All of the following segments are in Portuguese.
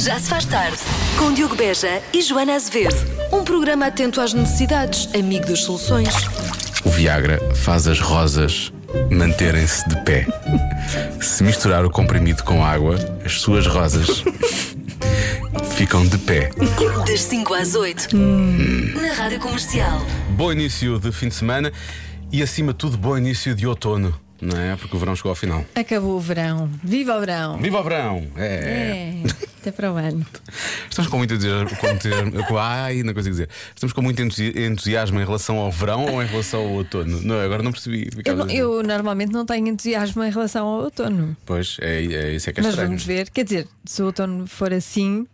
Já se faz tarde, com Diogo Beja e Joana Azevedo. Um programa atento às necessidades, amigo das soluções. O Viagra faz as rosas manterem-se de pé. Se misturar o comprimido com água, as suas rosas ficam de pé. Das 5 às 8, na Rádio Comercial. Bom início de fim de semana e, acima de tudo, bom início de outono, não é? Porque o verão chegou ao final. Acabou o verão. Viva o verão! Viva o verão! É. É, até para o ano. Estamos com muito entusiasmo. Com entusiasmo com- ai, não consigo dizer. Estamos com muito entusi- entusiasmo em relação ao verão ou em relação ao outono? Não, agora não percebi. Eu, não- eu normalmente não tenho entusiasmo em relação ao outono, Pois, é, é- isso é que é mas estranho. vamos ver. Quer dizer, se o outono for assim,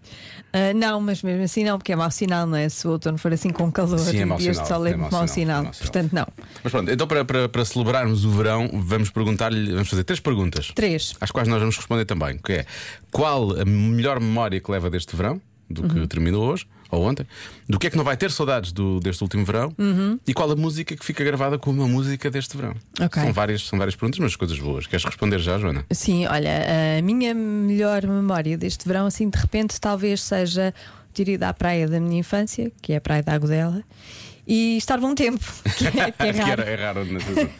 ah, não, mas mesmo assim não, porque é mau sinal, não é? Se o outono for assim com calor Sim, é mau e este sinal, sol é, é mau mau sinal, sinal, é mau sinal. portanto não. Mas pronto, então para, para- para celebrarmos o verão, vamos perguntar-lhe, vamos fazer três perguntas. Três. Às quais nós vamos responder também, que é qual a melhor memória que leva deste verão, do que Uhum. terminou hoje ou ontem, do que é que não vai ter saudades do- deste último verão Uhum. e qual a música que fica gravada como a música deste verão. Ok. São, várias, são várias perguntas, mas coisas boas. Queres responder já, Joana? Sim, olha, a minha melhor memória deste verão, assim, de repente, talvez seja ter ido à praia da minha infância, que é a Praia da Agudela, e estar bom tempo, que é, que é que raro. era, é raro na sessão.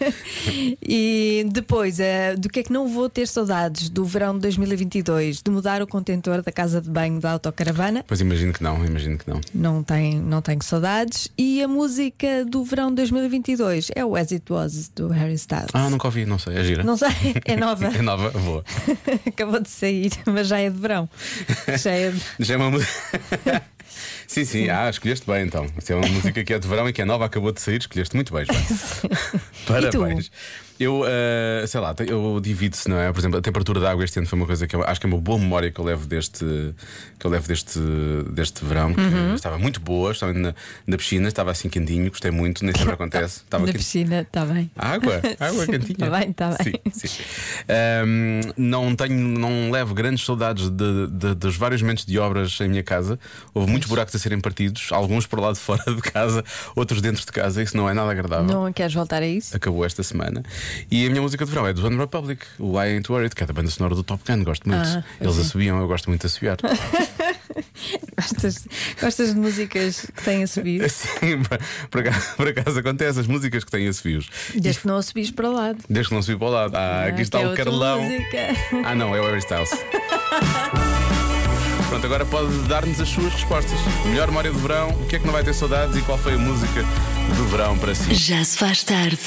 E depois, eh, do que é que não vou ter saudades do verão de 2022? De mudar o contentor da casa de banho da autocaravana? Pois imagino que não, imagino que não. Não tenho, não tenho saudades. E a música do verão de 2022 é o As It Was do Harry Styles. Ah, nunca ouvi, não sei, é gira. Não sei, é nova. É nova, boa. Acabou de sair, mas já é de verão. Já é de... Já é uma mu- Sim, sim, ah, escolheste bem então. Se é uma música que é de verão e que é nova, acabou de sair, escolheste muito bem, Joana. Parabéns. Eu, eh, sei lá, te- eu divido-se, não é? Por exemplo, a temperatura da água este ano foi uma coisa que eu acho que é uma boa memória que eu levo deste, que eu levo deste, deste verão, que Uhum. estava muito boa, estava na, na piscina, estava assim quentinho, gostei muito, nem sempre acontece. Estava Na quente- piscina, está bem. Água, água Sim, quentinha. tá bem, tá bem. Sim, sim. Ahm, não tenho, não levo grandes saudades de- de- dos vários momentos de obras em minha casa. Houve muitos buracos a serem partidos, alguns por lá de fora de casa, outros dentro de casa. Isso não é nada agradável. Não queres voltar a isso? Acabou esta semana. E a minha música de verão é do One Republic, o I Ain't Worried, que é da banda sonora do Top Gun. Gosto muito. Ah, Eles assobiam, eu gosto muito de assobiar. Gostas, gostas de músicas que têm a subir? Assim, por- por acaso, por acaso acontece, as músicas que têm assobios. Desde que não a subis para o lado. Desde que não subi para o lado. Ah, aqui está que é o outra Carlão. música. Ah, não, é o Harry Styles. Pronto, agora pode dar-nos as suas respostas. Melhor memória do verão, o que é que não vai ter saudades e qual foi a música do verão para si? Já se faz tarde,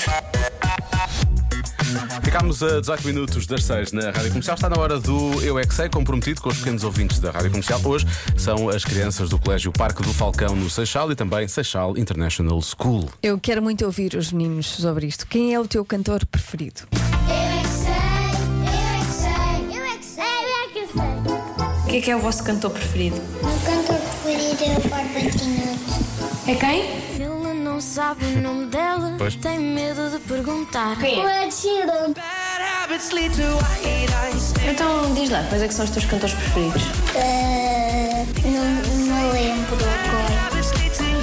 Ficámos a 18 minutos das 6 na Rádio Comercial. Está na hora do Eu É Que Sei, comprometido com os pequenos ouvintes da Rádio Comercial. Hoje são as crianças do Colégio Parque do Falcão no Seixal e também Seixal International School. Eu quero muito ouvir os meninos sobre isto. Quem é o teu cantor preferido? Eu é que sei, eu é que sei, eu é que sei, eu é que sei. O que é que é o vosso cantor preferido? Meu cantor preferido é o Barbatinhoto. É quem? Ele não sabe o nome dela, Pois. tem medo de perguntar. O Ed Sheeran. Então diz lá, quais é que são os teus cantores preferidos? Eh, não me lembro agora.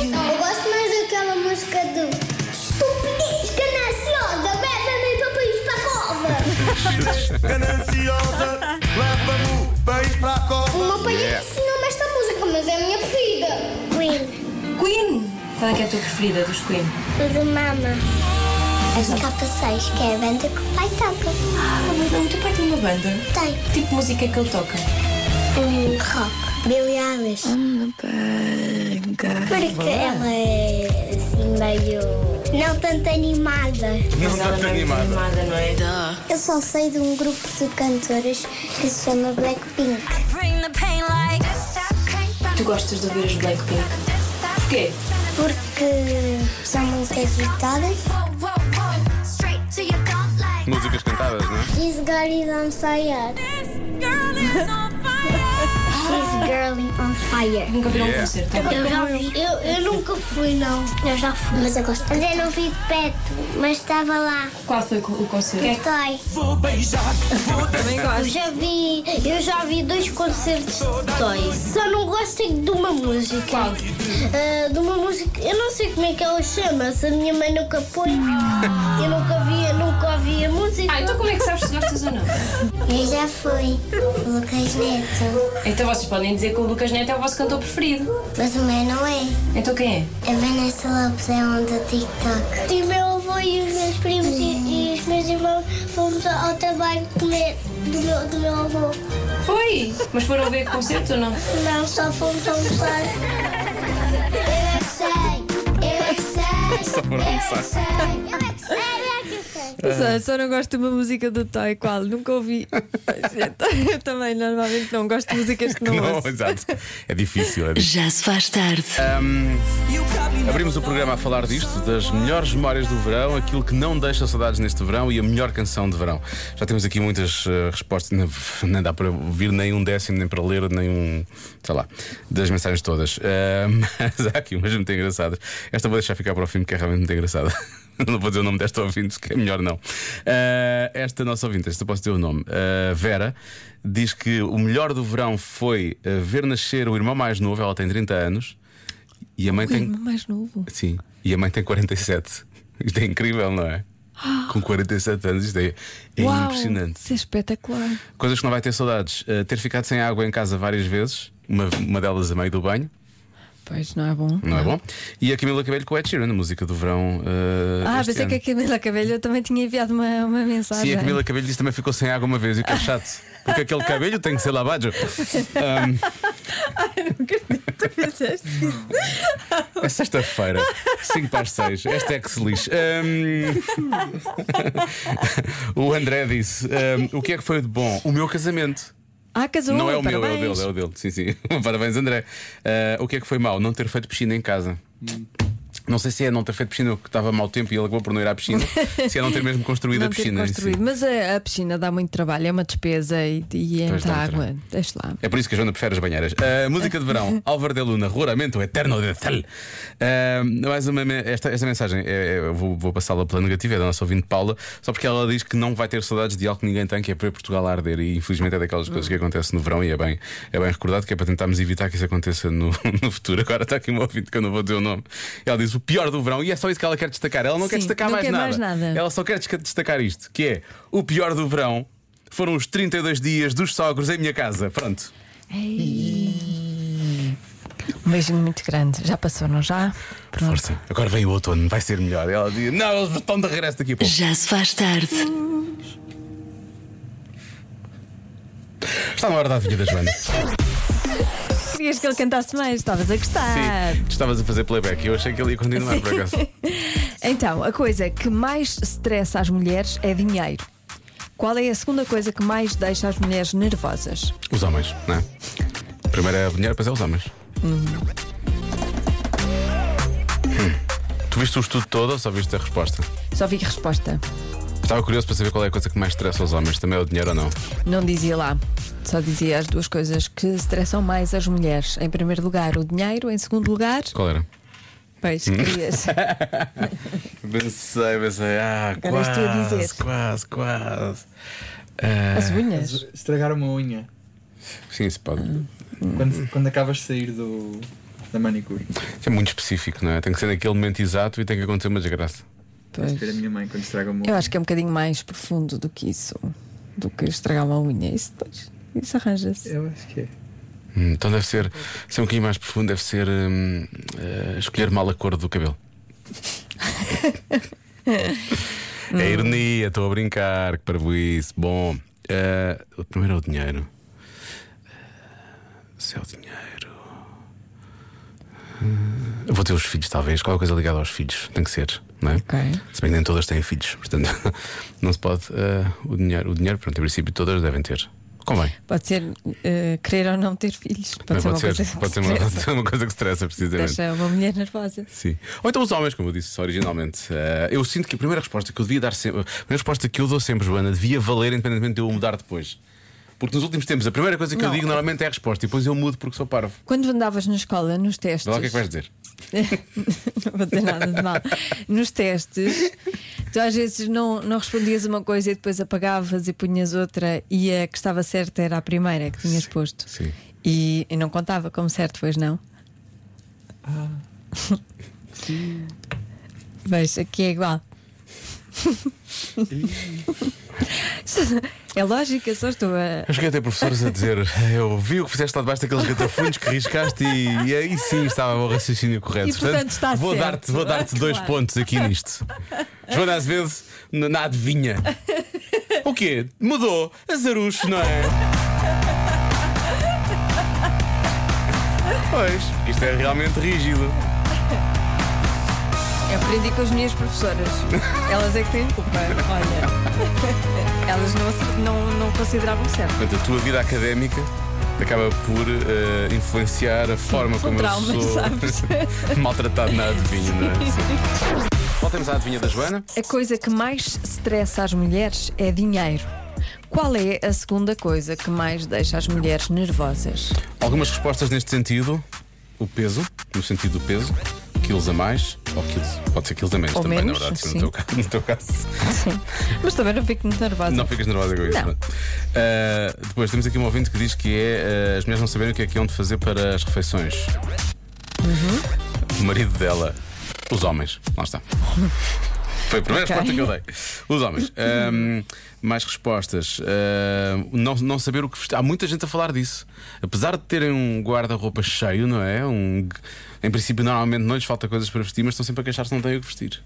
Eu gosto mais daquela música do Estupidez Gananciosa, leva-me para o país para a cova. gananciosa, leva-me o país para a cova. O meu pai yeah. ensinou-me esta música, mas é a minha preferida. Queen, Queen! Qual é que é a tua preferida dos Queen? do Mama. As capa que é a banda que o pai toca. Ah, mas o teu pai tem uma banda. Tem. Que tipo de música é que ele toca? Um rock. Billie Eilish. Porque ela é assim meio. Não tanto animada. Não Mas ela tanto é muito animada. animada, não é? Eu só sei de um grupo de cantoras que se chama Blackpink. Bring the pain like Tu gostas de ouvir os Blackpink? Porquê? Porque são músicas ditadas. Músicas cantadas, não é? This girl is on fire. This girl Darling on Fire. Nunca viram Yeah. um concerto? Eu já vi. Eu, eu nunca fui, não. Eu já fui. Mas eu gosto. Mas eu não vi de perto, mas estava lá. Qual foi o concerto? Gostei. Também Eu gosto. já vi, eu já vi dois concertos de Toys. Só não gosto é de uma música. Qual? de uma música, eu não sei como é que ela chama, se a minha mãe nunca pôs. Eu nunca vi, eu nunca ouvi a música. Ah, então como é que sabes se gostas ou não? Eu já fui, Lucas Neto, Então vocês podem dizer que o Lucas Neto é o vosso cantor preferido. mas o meu não é. Então quem é? A Vanessa Lopes é um do TikTok. E meu avô e os meus primos e, e os meus irmãos fomos ao trabalho comer do meu, do meu avô. Foi! Mas foram ver o concerto ou não? Não, só fomos almoçar. Eu é que sei, eu é que sei. Só foram eu é que almoçar. sei, eu é que sei, eu é que sei. Só, só não gosto de uma música do Toy Qual, nunca ouvi. Eu também normalmente não gosto de músicas que não, Não, ouço. exato. É difícil, é difícil. Já se faz tarde. Abrimos o programa a falar disto, das melhores memórias do verão, aquilo que não deixa saudades neste verão e a melhor canção de verão. Já temos aqui muitas eh, respostas, não, não dá para ouvir nem um décimo, nem para ler, nem um. sei lá, das mensagens todas. Eh, mas há aqui umas muito engraçadas. Esta vou deixar ficar para o fim, porque é realmente muito engraçada. Não vou dizer o nome desta ouvinte, que é melhor não. Eh, esta nossa ouvinte, esta posso dizer o nome, eh, Vera, diz que o melhor do verão foi eh, ver nascer o irmão mais novo, ela tem 30 anos. E a mãe tem. Irmão mais novo. Sim, e a mãe tem 47. Isto é incrível, não é? Com 47 anos, isto é, é Uau, impressionante. Isso é espetacular. Coisas que não vai ter saudades: Uh, ter ficado sem água em casa várias vezes, uma, uma delas a meio do banho, Pois não é bom. não é bom? E a Camila Cabelho com o Ed Sheeran, a música do verão. uh, Ah, este pensei ano. que a Camila Cabelho também tinha enviado uma, uma mensagem. Sim, a Camila Cabelho disse que também ficou sem água uma vez, e o que é chato, porque aquele cabelo tem que ser lavado. Ai, não acredito que tu fizeste isso. É sexta-feira, 5 para as 6. Esta é que se lixe. Um, o André disse: um, O que é que foi de bom? O meu casamento. Ah, casou. Não é o meu, é o parabéns. dele, é o dele. Sim, sim. Parabéns, André. Ah, o que é que foi mau? Não ter feito piscina em casa. Não sei se é não ter feito piscina ou que estava mau tempo e ele acabou por não ir à piscina. se é não ter mesmo construído Não a ter piscina. sim. construído. Mas a, a piscina dá muito trabalho, é uma despesa e, e Pois entra dá muito água. Deixa lá. É por isso que a Joana prefere as banheiras. Ah, música de verão, Álvaro de Luna, Roramento Eterno de Tal. Ah, mais uma, me- esta, esta mensagem, é- é- eu vou, vou passá-la pela negativa, é da nossa ouvinte Paula, só porque ela diz que não vai ter saudades de algo que ninguém tem, que é para Portugal a arder. E infelizmente é daquelas coisas que Hum. acontecem no verão e é bem, é bem recordado, que é para tentarmos evitar que isso aconteça no, no futuro. Agora está aqui uma ouvinte que eu não vou dizer o nome. Ela diz o pior do verão, e é só isso que ela quer destacar. Ela não quer Sim, destacar não mais, quer nada. mais nada. Ela só quer desca- destacar isto: que é o pior do verão foram os 32 dias dos sogros em minha casa. Pronto. Um beijinho muito grande. Já passou, não já? Pronto. Força. Agora vem o outono, vai ser melhor. Ela diz: Não, eles estão de regresso daqui a pouco. Já se faz tarde. Está na hora da adivinha da Joana. Sim, Querias que ele cantasse mais? Estavas a gostar. tu estavas a fazer playback e eu achei que ele ia continuar por acaso. Então, a coisa que mais estressa as mulheres é dinheiro. Qual é a segunda coisa que mais deixa as mulheres nervosas? Os homens, não é? Primeiro é a mulher, depois é os homens. Hum. Tu viste o estudo todo ou só viste a resposta? Só vi a resposta. Estava curioso para saber qual é a coisa que mais estressa os homens, também é o dinheiro ou não. Não dizia lá. Só dizia as duas coisas que estressam mais as mulheres. Em primeiro lugar, o dinheiro. Em segundo lugar, Qual era? pois, Hum. querias. Pensei, pensei, ah, Agora estou a dizer. quase, quase. As unhas. Estragar uma unha Ah, Sim, isso pode. Isso Uhum. quando, quando acabas de sair do, da manicure. é muito específico, não é? Tem que ser naquele momento exato e tem que acontecer uma desgraça. Pois. Ver a minha mãe quando estraga uma unha. Eu acho que é um bocadinho mais profundo do que isso. Do que estragar uma unha. Isso depois. Isso arranja-se. Eu acho que é. Hum, Então deve ser, se é um bocadinho mais profundo, deve ser hum, eh, escolher mal a cor do cabelo. é ironia, estou a brincar, que parvoíce. Bom, eh, o primeiro é o dinheiro. Eh, Se é o dinheiro. Hum, eu vou ter os filhos, talvez. Qualquer coisa ligada aos filhos, tem que ser, não é? Ok. Se bem que nem todas têm filhos, portanto, não se pode. eh, o, dinheiro, o dinheiro, pronto, em princípio todas devem ter. Convém. Pode ser eh, querer ou não ter filhos. Pode Mas ser pode, uma ser, coisa que pode ser uma, estressa. uma coisa que estressa, precisamente. Deixa uma mulher nervosa. Sim. Ou então os homens, como eu disse originalmente. Eh, eu sinto que a primeira resposta que eu devia dar sempre, a primeira resposta que eu dou sempre, Joana, devia valer independentemente de eu mudar depois. Porque nos últimos tempos a primeira coisa que eu Não. digo normalmente é a resposta e depois eu mudo porque sou parvo. Quando andavas na escola, nos testes. Vê lá o que é que vais dizer. não vou dizer nada de mal. Nos testes, tu às vezes não, não respondias uma coisa e depois apagavas e punhas outra, e a que estava certa era a primeira que tinhas posto. sim. E, e não contava como certo, pois não? Veja, aqui é igual. é lógico, eu só estou a. Eu cheguei até professores a dizer: Eu vi o que fizeste lá debaixo daqueles gatafunhos que riscaste e, e aí sim estava o raciocínio correto. E, portanto, está vou certo. dar-te vou dar-te Claro. dois pontos aqui nisto. Joana Azevedo, n- na adivinha. O quê? Mudou? Azarucho, não é? Pois, isto é realmente rígido. Eu aprendi com as minhas professoras. Elas é que têm culpa. Olha. Elas não, não, não consideravam certo. Portanto, a tua vida académica acaba por eh, influenciar a forma são como traumas, eu sou um sabes? maltratado na adivinha, não é? Sim. Voltamos à adivinha da Joana. A coisa que mais estressa as mulheres é dinheiro. Qual é a segunda coisa que mais deixa as mulheres nervosas? Algumas respostas neste sentido. O peso, no sentido do peso, quilos a mais, ou quilos, pode ser quilos a menos Ou também, menos, na verdade, se sim. no teu, ca- no teu caso. Sim. Mas também não fico muito nervosa. Não ficas nervosa com isso. Não. Ah, depois temos aqui um ouvinte que diz que é ah, as mulheres não saberem o que é que hão de fazer para as refeições. O marido dela, os homens, lá está. Foi a primeira Ok. resposta que eu dei. Os homens. Ahm, mais respostas. Ahm, não, não saber o que vestir. Há muita gente a falar disso. Apesar de terem um guarda-roupa cheio, não é? Um, em princípio, normalmente não lhes falta coisas para vestir, mas estão sempre a queixar-se que não têm o que vestir.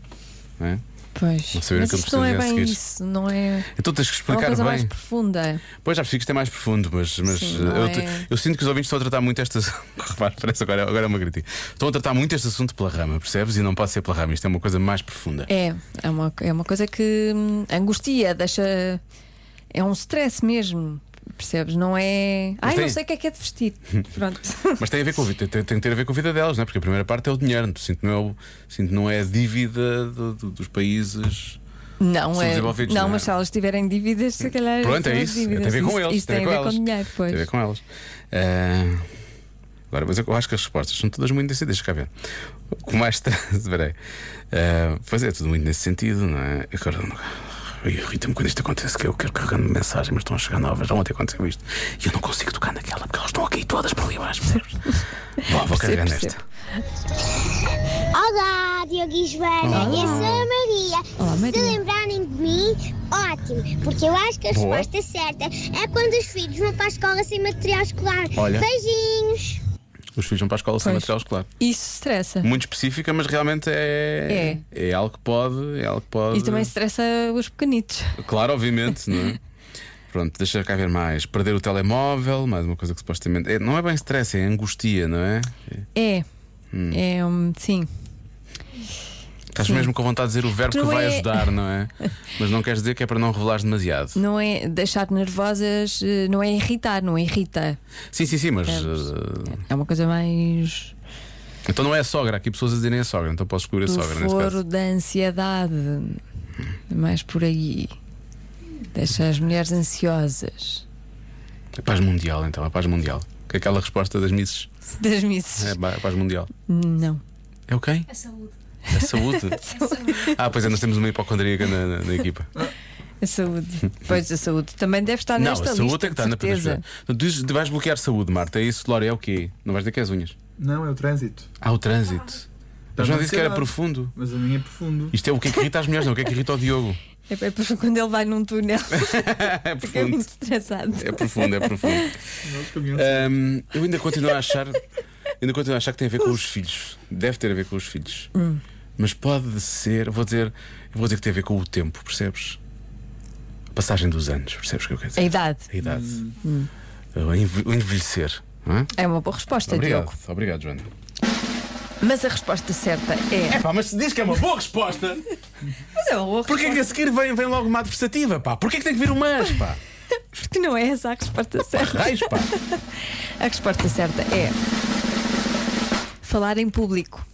Não é? Pois. Não saber Mas aquele isto não é procedimento a bem seguir. isso, não é. Então tens que É uma explicar coisa bem. mais profunda. Pois já percebi que isto é mais profundo, mas, mas Sim, eh, não eu, é? te- eu sinto que os ouvintes estão a tratar muito este assunto. Repare, parece agora, agora é uma crítica. Estão a tratar muito este assunto pela rama, percebes? E não pode ser pela rama, isto é uma coisa mais profunda. É, é uma, é uma coisa que hum, angustia, deixa. É um stress mesmo, percebes? Não é. Ai, tem- não sei o que é que é de vestir. Pronto. Mas tem a ver com a vida- tem, tem que ter a ver com a vida delas, não é? Porque a primeira parte é o dinheiro, sinto não é, o- sinto não é a dívida do- do- dos países. Não São é. desenvolvidos, Não, não é? mas se elas tiverem dívidas, se calhar. Pronto, são é as isso. dívidas. Tem a ver com Isso- eles. Isso tem a ver com elas. dinheiro, Tem a ver pois. com elas. Ah, Agora, mas eu acho que as respostas são todas muito decididas, cá ver. O que mais tra- Espera aí. Ah, pois é, tudo muito nesse sentido, não é? Agora. ai, Irrita-me quando isto acontece, que eu quero carregando -me mensagens, mas estão a chegar novas. Já ontem aconteceu isto. E eu não consigo tocar naquela, porque elas estão aqui todas para ali abaixo, percebes? Bom, vou carregar nesta. percebo. Olá, Diogo e Joana, eu sou a Maria. Olá, Maria. Se lembrarem de mim, ótimo, porque eu acho que a Boa. resposta certa é quando os filhos vão para a escola sem material escolar. Olha. Beijinhos. Os filhos vão para a escola sem Pois. material escolar. Isso estressa. Muito específica, mas realmente é. É, algo que pode. É algo que pode. E também estressa os pequenitos. Claro, obviamente, não é? Pronto, deixa cá ver mais. Perder o telemóvel, mais uma coisa que supostamente. é, não é bem stress, é angustia, não é? É. É, hum, sim. Estás mesmo com vontade de dizer o verbo Não que vai é- ajudar, não é? Mas não queres dizer que é para não revelares demasiado. Não é deixar nervosas, eh, não é irritar, não irrita. Sim, sim, sim, mas. eh, É uma coisa mais. então não é a sogra, há aqui pessoas a dizerem a sogra, então posso escolher a do sogra nesse foro caso. da ansiedade. Mais por aí. Deixa as mulheres ansiosas. tá. É paz mundial, então, é paz mundial. Que é Aquela resposta das misses Das misses. é ba- paz mundial. Não. É o quem? A saúde. A saúde? ah, pois é, nós temos uma hipocondríaca na, na- na equipa. A saúde. Pois a saúde também deve estar Não, a nesta saúde lista. é que está de na certeza. primeira. Tu dizes- vais bloquear saúde, Marta. É isso, Lória, é o quê? Não vais dizer que é as unhas. Não, é o trânsito. Ah, o trânsito. Dá Mas não ansiedade. disse que era profundo. Mas a minha é profundo. Isto é o que é que irrita as mulheres, não? O que é que irrita o Diogo? É bem porque quando ele vai num túnel É fica muito profundo. estressado. É profundo, é profundo. Nós comíamos. É. Hum, eu ainda continuo a achar. Ainda continuo a achar que tem a ver com os filhos. Deve ter a ver com os filhos. Mas pode ser, vou dizer, eu vou dizer que tem a ver com o tempo, percebes? A passagem dos anos, percebes o que eu quero A dizer? idade. A idade. O enve- o envelhecer. não é? É uma boa resposta, Obrigado, Diogo. obrigado, Joana. Mas a resposta certa é. É pá, mas se diz que é uma boa resposta, Mas é uma boa porquê que a seguir vem, vem logo uma adversativa, pá? Porquê que tem que vir uma as, pá? Porque não é essa a resposta certa. Raios, pá. A resposta certa é. Falar em público.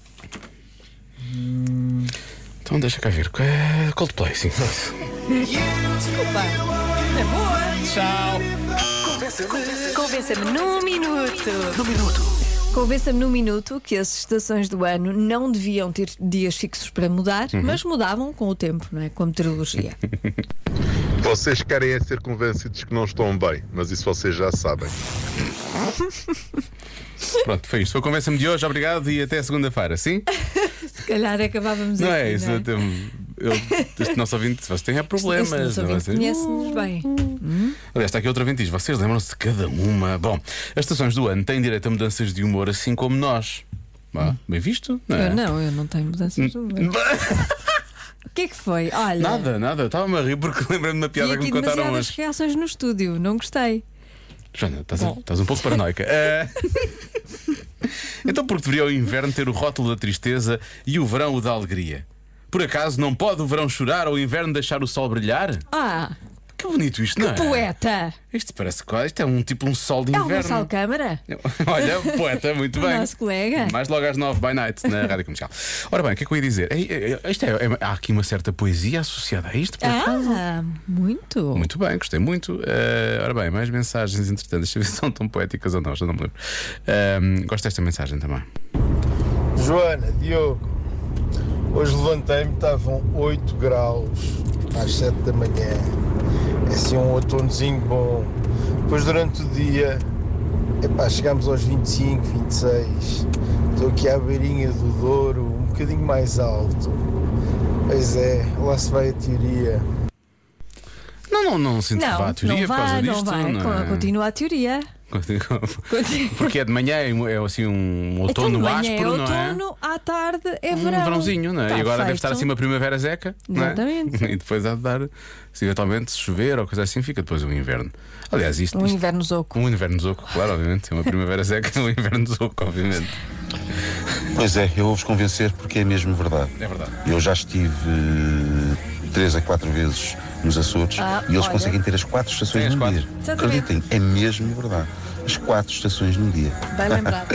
Então deixa cá ver. É, Coldplay, sim. Desculpa. É boa. Tchau. Convença-me num minuto. Convença-me num minuto que as estações do ano não deviam ter dias fixos para mudar, Uhum. mas mudavam com o tempo, não é? Como trilogia. Vocês querem é ser convencidos que não estão bem, mas isso vocês já sabem. Pronto, foi isto. Foi a conversa-me de hoje, obrigado e até segunda-feira, sim? Se calhar acabávamos Não aqui, é isso. eu tenho- eu- este nosso ouvinte, se vocês têm problemas, Este nosso não é? ouvinte Conhece-nos bem. Aliás, está aqui outra vez diz: vocês lembram-se de cada uma. Bom, as estações do ano têm direito a mudanças de humor, assim como nós. Ah, bem visto? Não é? Eu não, eu não tenho mudanças de humor. O que é que foi? Olha, Nada, nada. Estava-me a rir porque lembrei-me de uma vi piada que aqui me contaram demasiadas hoje. reações no estúdio, não gostei. Joana, estás, a- estás um pouco paranoica. Eh, então, porque deveria o inverno ter o rótulo da tristeza e o verão o da alegria? Por acaso não pode o verão chorar ou o inverno deixar o sol brilhar? Ah, Que bonito isto, não é? poeta! Isto parece quase. Isto é um tipo um sol de É o Gonçalo inverno. Câmara? Olha, um poeta, muito O bem. É. nosso colega. Mais logo às 9 by night na Rádio Comercial. Ora bem, o que é que eu ia dizer? Ei, ei, ei, Isto é, é- há aqui uma certa poesia associada a isto, por acaso? Ah, muito. Muito bem, gostei muito. Eh, ora bem, mais mensagens entretanto. Deixa eu ver se são tão poéticas ou não, já não me lembro. Ahm, gosto desta mensagem também. Joana, Diogo, hoje levantei-me, estavam 8 graus às 7 da manhã. É assim um outonozinho bom. Depois durante o dia, epá, chegámos aos 25, 26. Estou aqui à beirinha do Douro, um bocadinho mais alto. Pois é, lá se vai a teoria. Não, não, não sinto que Não, vá à teoria não por causa vai, disto. não vai. não é? Continua a teoria. Continua. Porque é de manhã, é é assim um Então, outono de manhã áspero, é não é? outono, à tarde é um verão. verãozinho, não é? Tá e agora deve feito. estar assim uma primavera seca. não é? Exatamente. E depois há de dar, se eventualmente se chover ou coisa assim, fica depois um inverno. Aliás, isto. Um isto- inverno zoco. um inverno zoco, claro, obviamente. é Uma primavera seca, um inverno zoco, obviamente. Pois é, eu vou-vos convencer porque é mesmo verdade. É verdade. Eu já estive eh, três a quatro vezes nos Açores Ah, e eles olha. conseguem ter as quatro Tem as estações num quatro. dia. Exatamente. Acreditem, é mesmo verdade. As quatro estações num dia. Um Bem lembrado.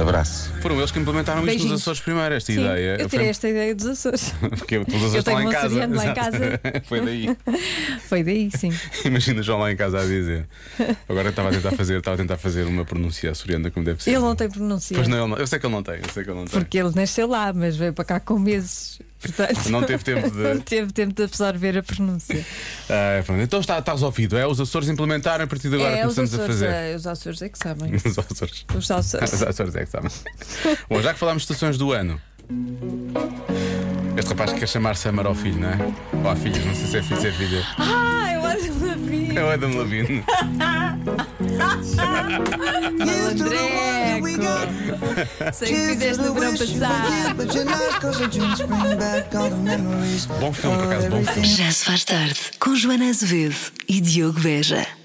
Abraço. Foram eles que implementaram isto Beijinhos. nos Açores primeiro, esta Sim, ideia. eu Foi- tirei esta ideia dos Açores. Porque os Açores Eu estão tenho lá em um casa. açoriano lá em Exato. Foi daí. Foi daí, sim. Imagina o João lá em casa a dizer. Agora eu estava a tentar fazer, estava a tentar fazer uma pronúncia açoriana como deve ser. Ele não tem pronúncia. Pois não, ele não- eu sei que ele não tem, eu sei que ele não tem. Porque ele nasceu lá, mas veio para cá com meses. Portanto, Não teve tempo de- não teve tempo de absorver a pronúncia. Ah, pronto. Então está, está resolvido. É os Açores implementaram a partir de agora é, os começamos a Açores, fazer. é, os Açores é que sabem. Os Açores. Os Açores. Os Açores é que sabem. Bom, já que falámos de estações do ano. Este rapaz quer chamar Samar ao filho, não é? Ou à filha, não sei se é filho ou se é filha. Ah, eu adoro a vida. É o Adam Levine. Andreco. Sei que fizeste no verão passado. Bom filme, por acaso, bom filme. Já se faz tarde com Joana Azevedo e Diogo Beja.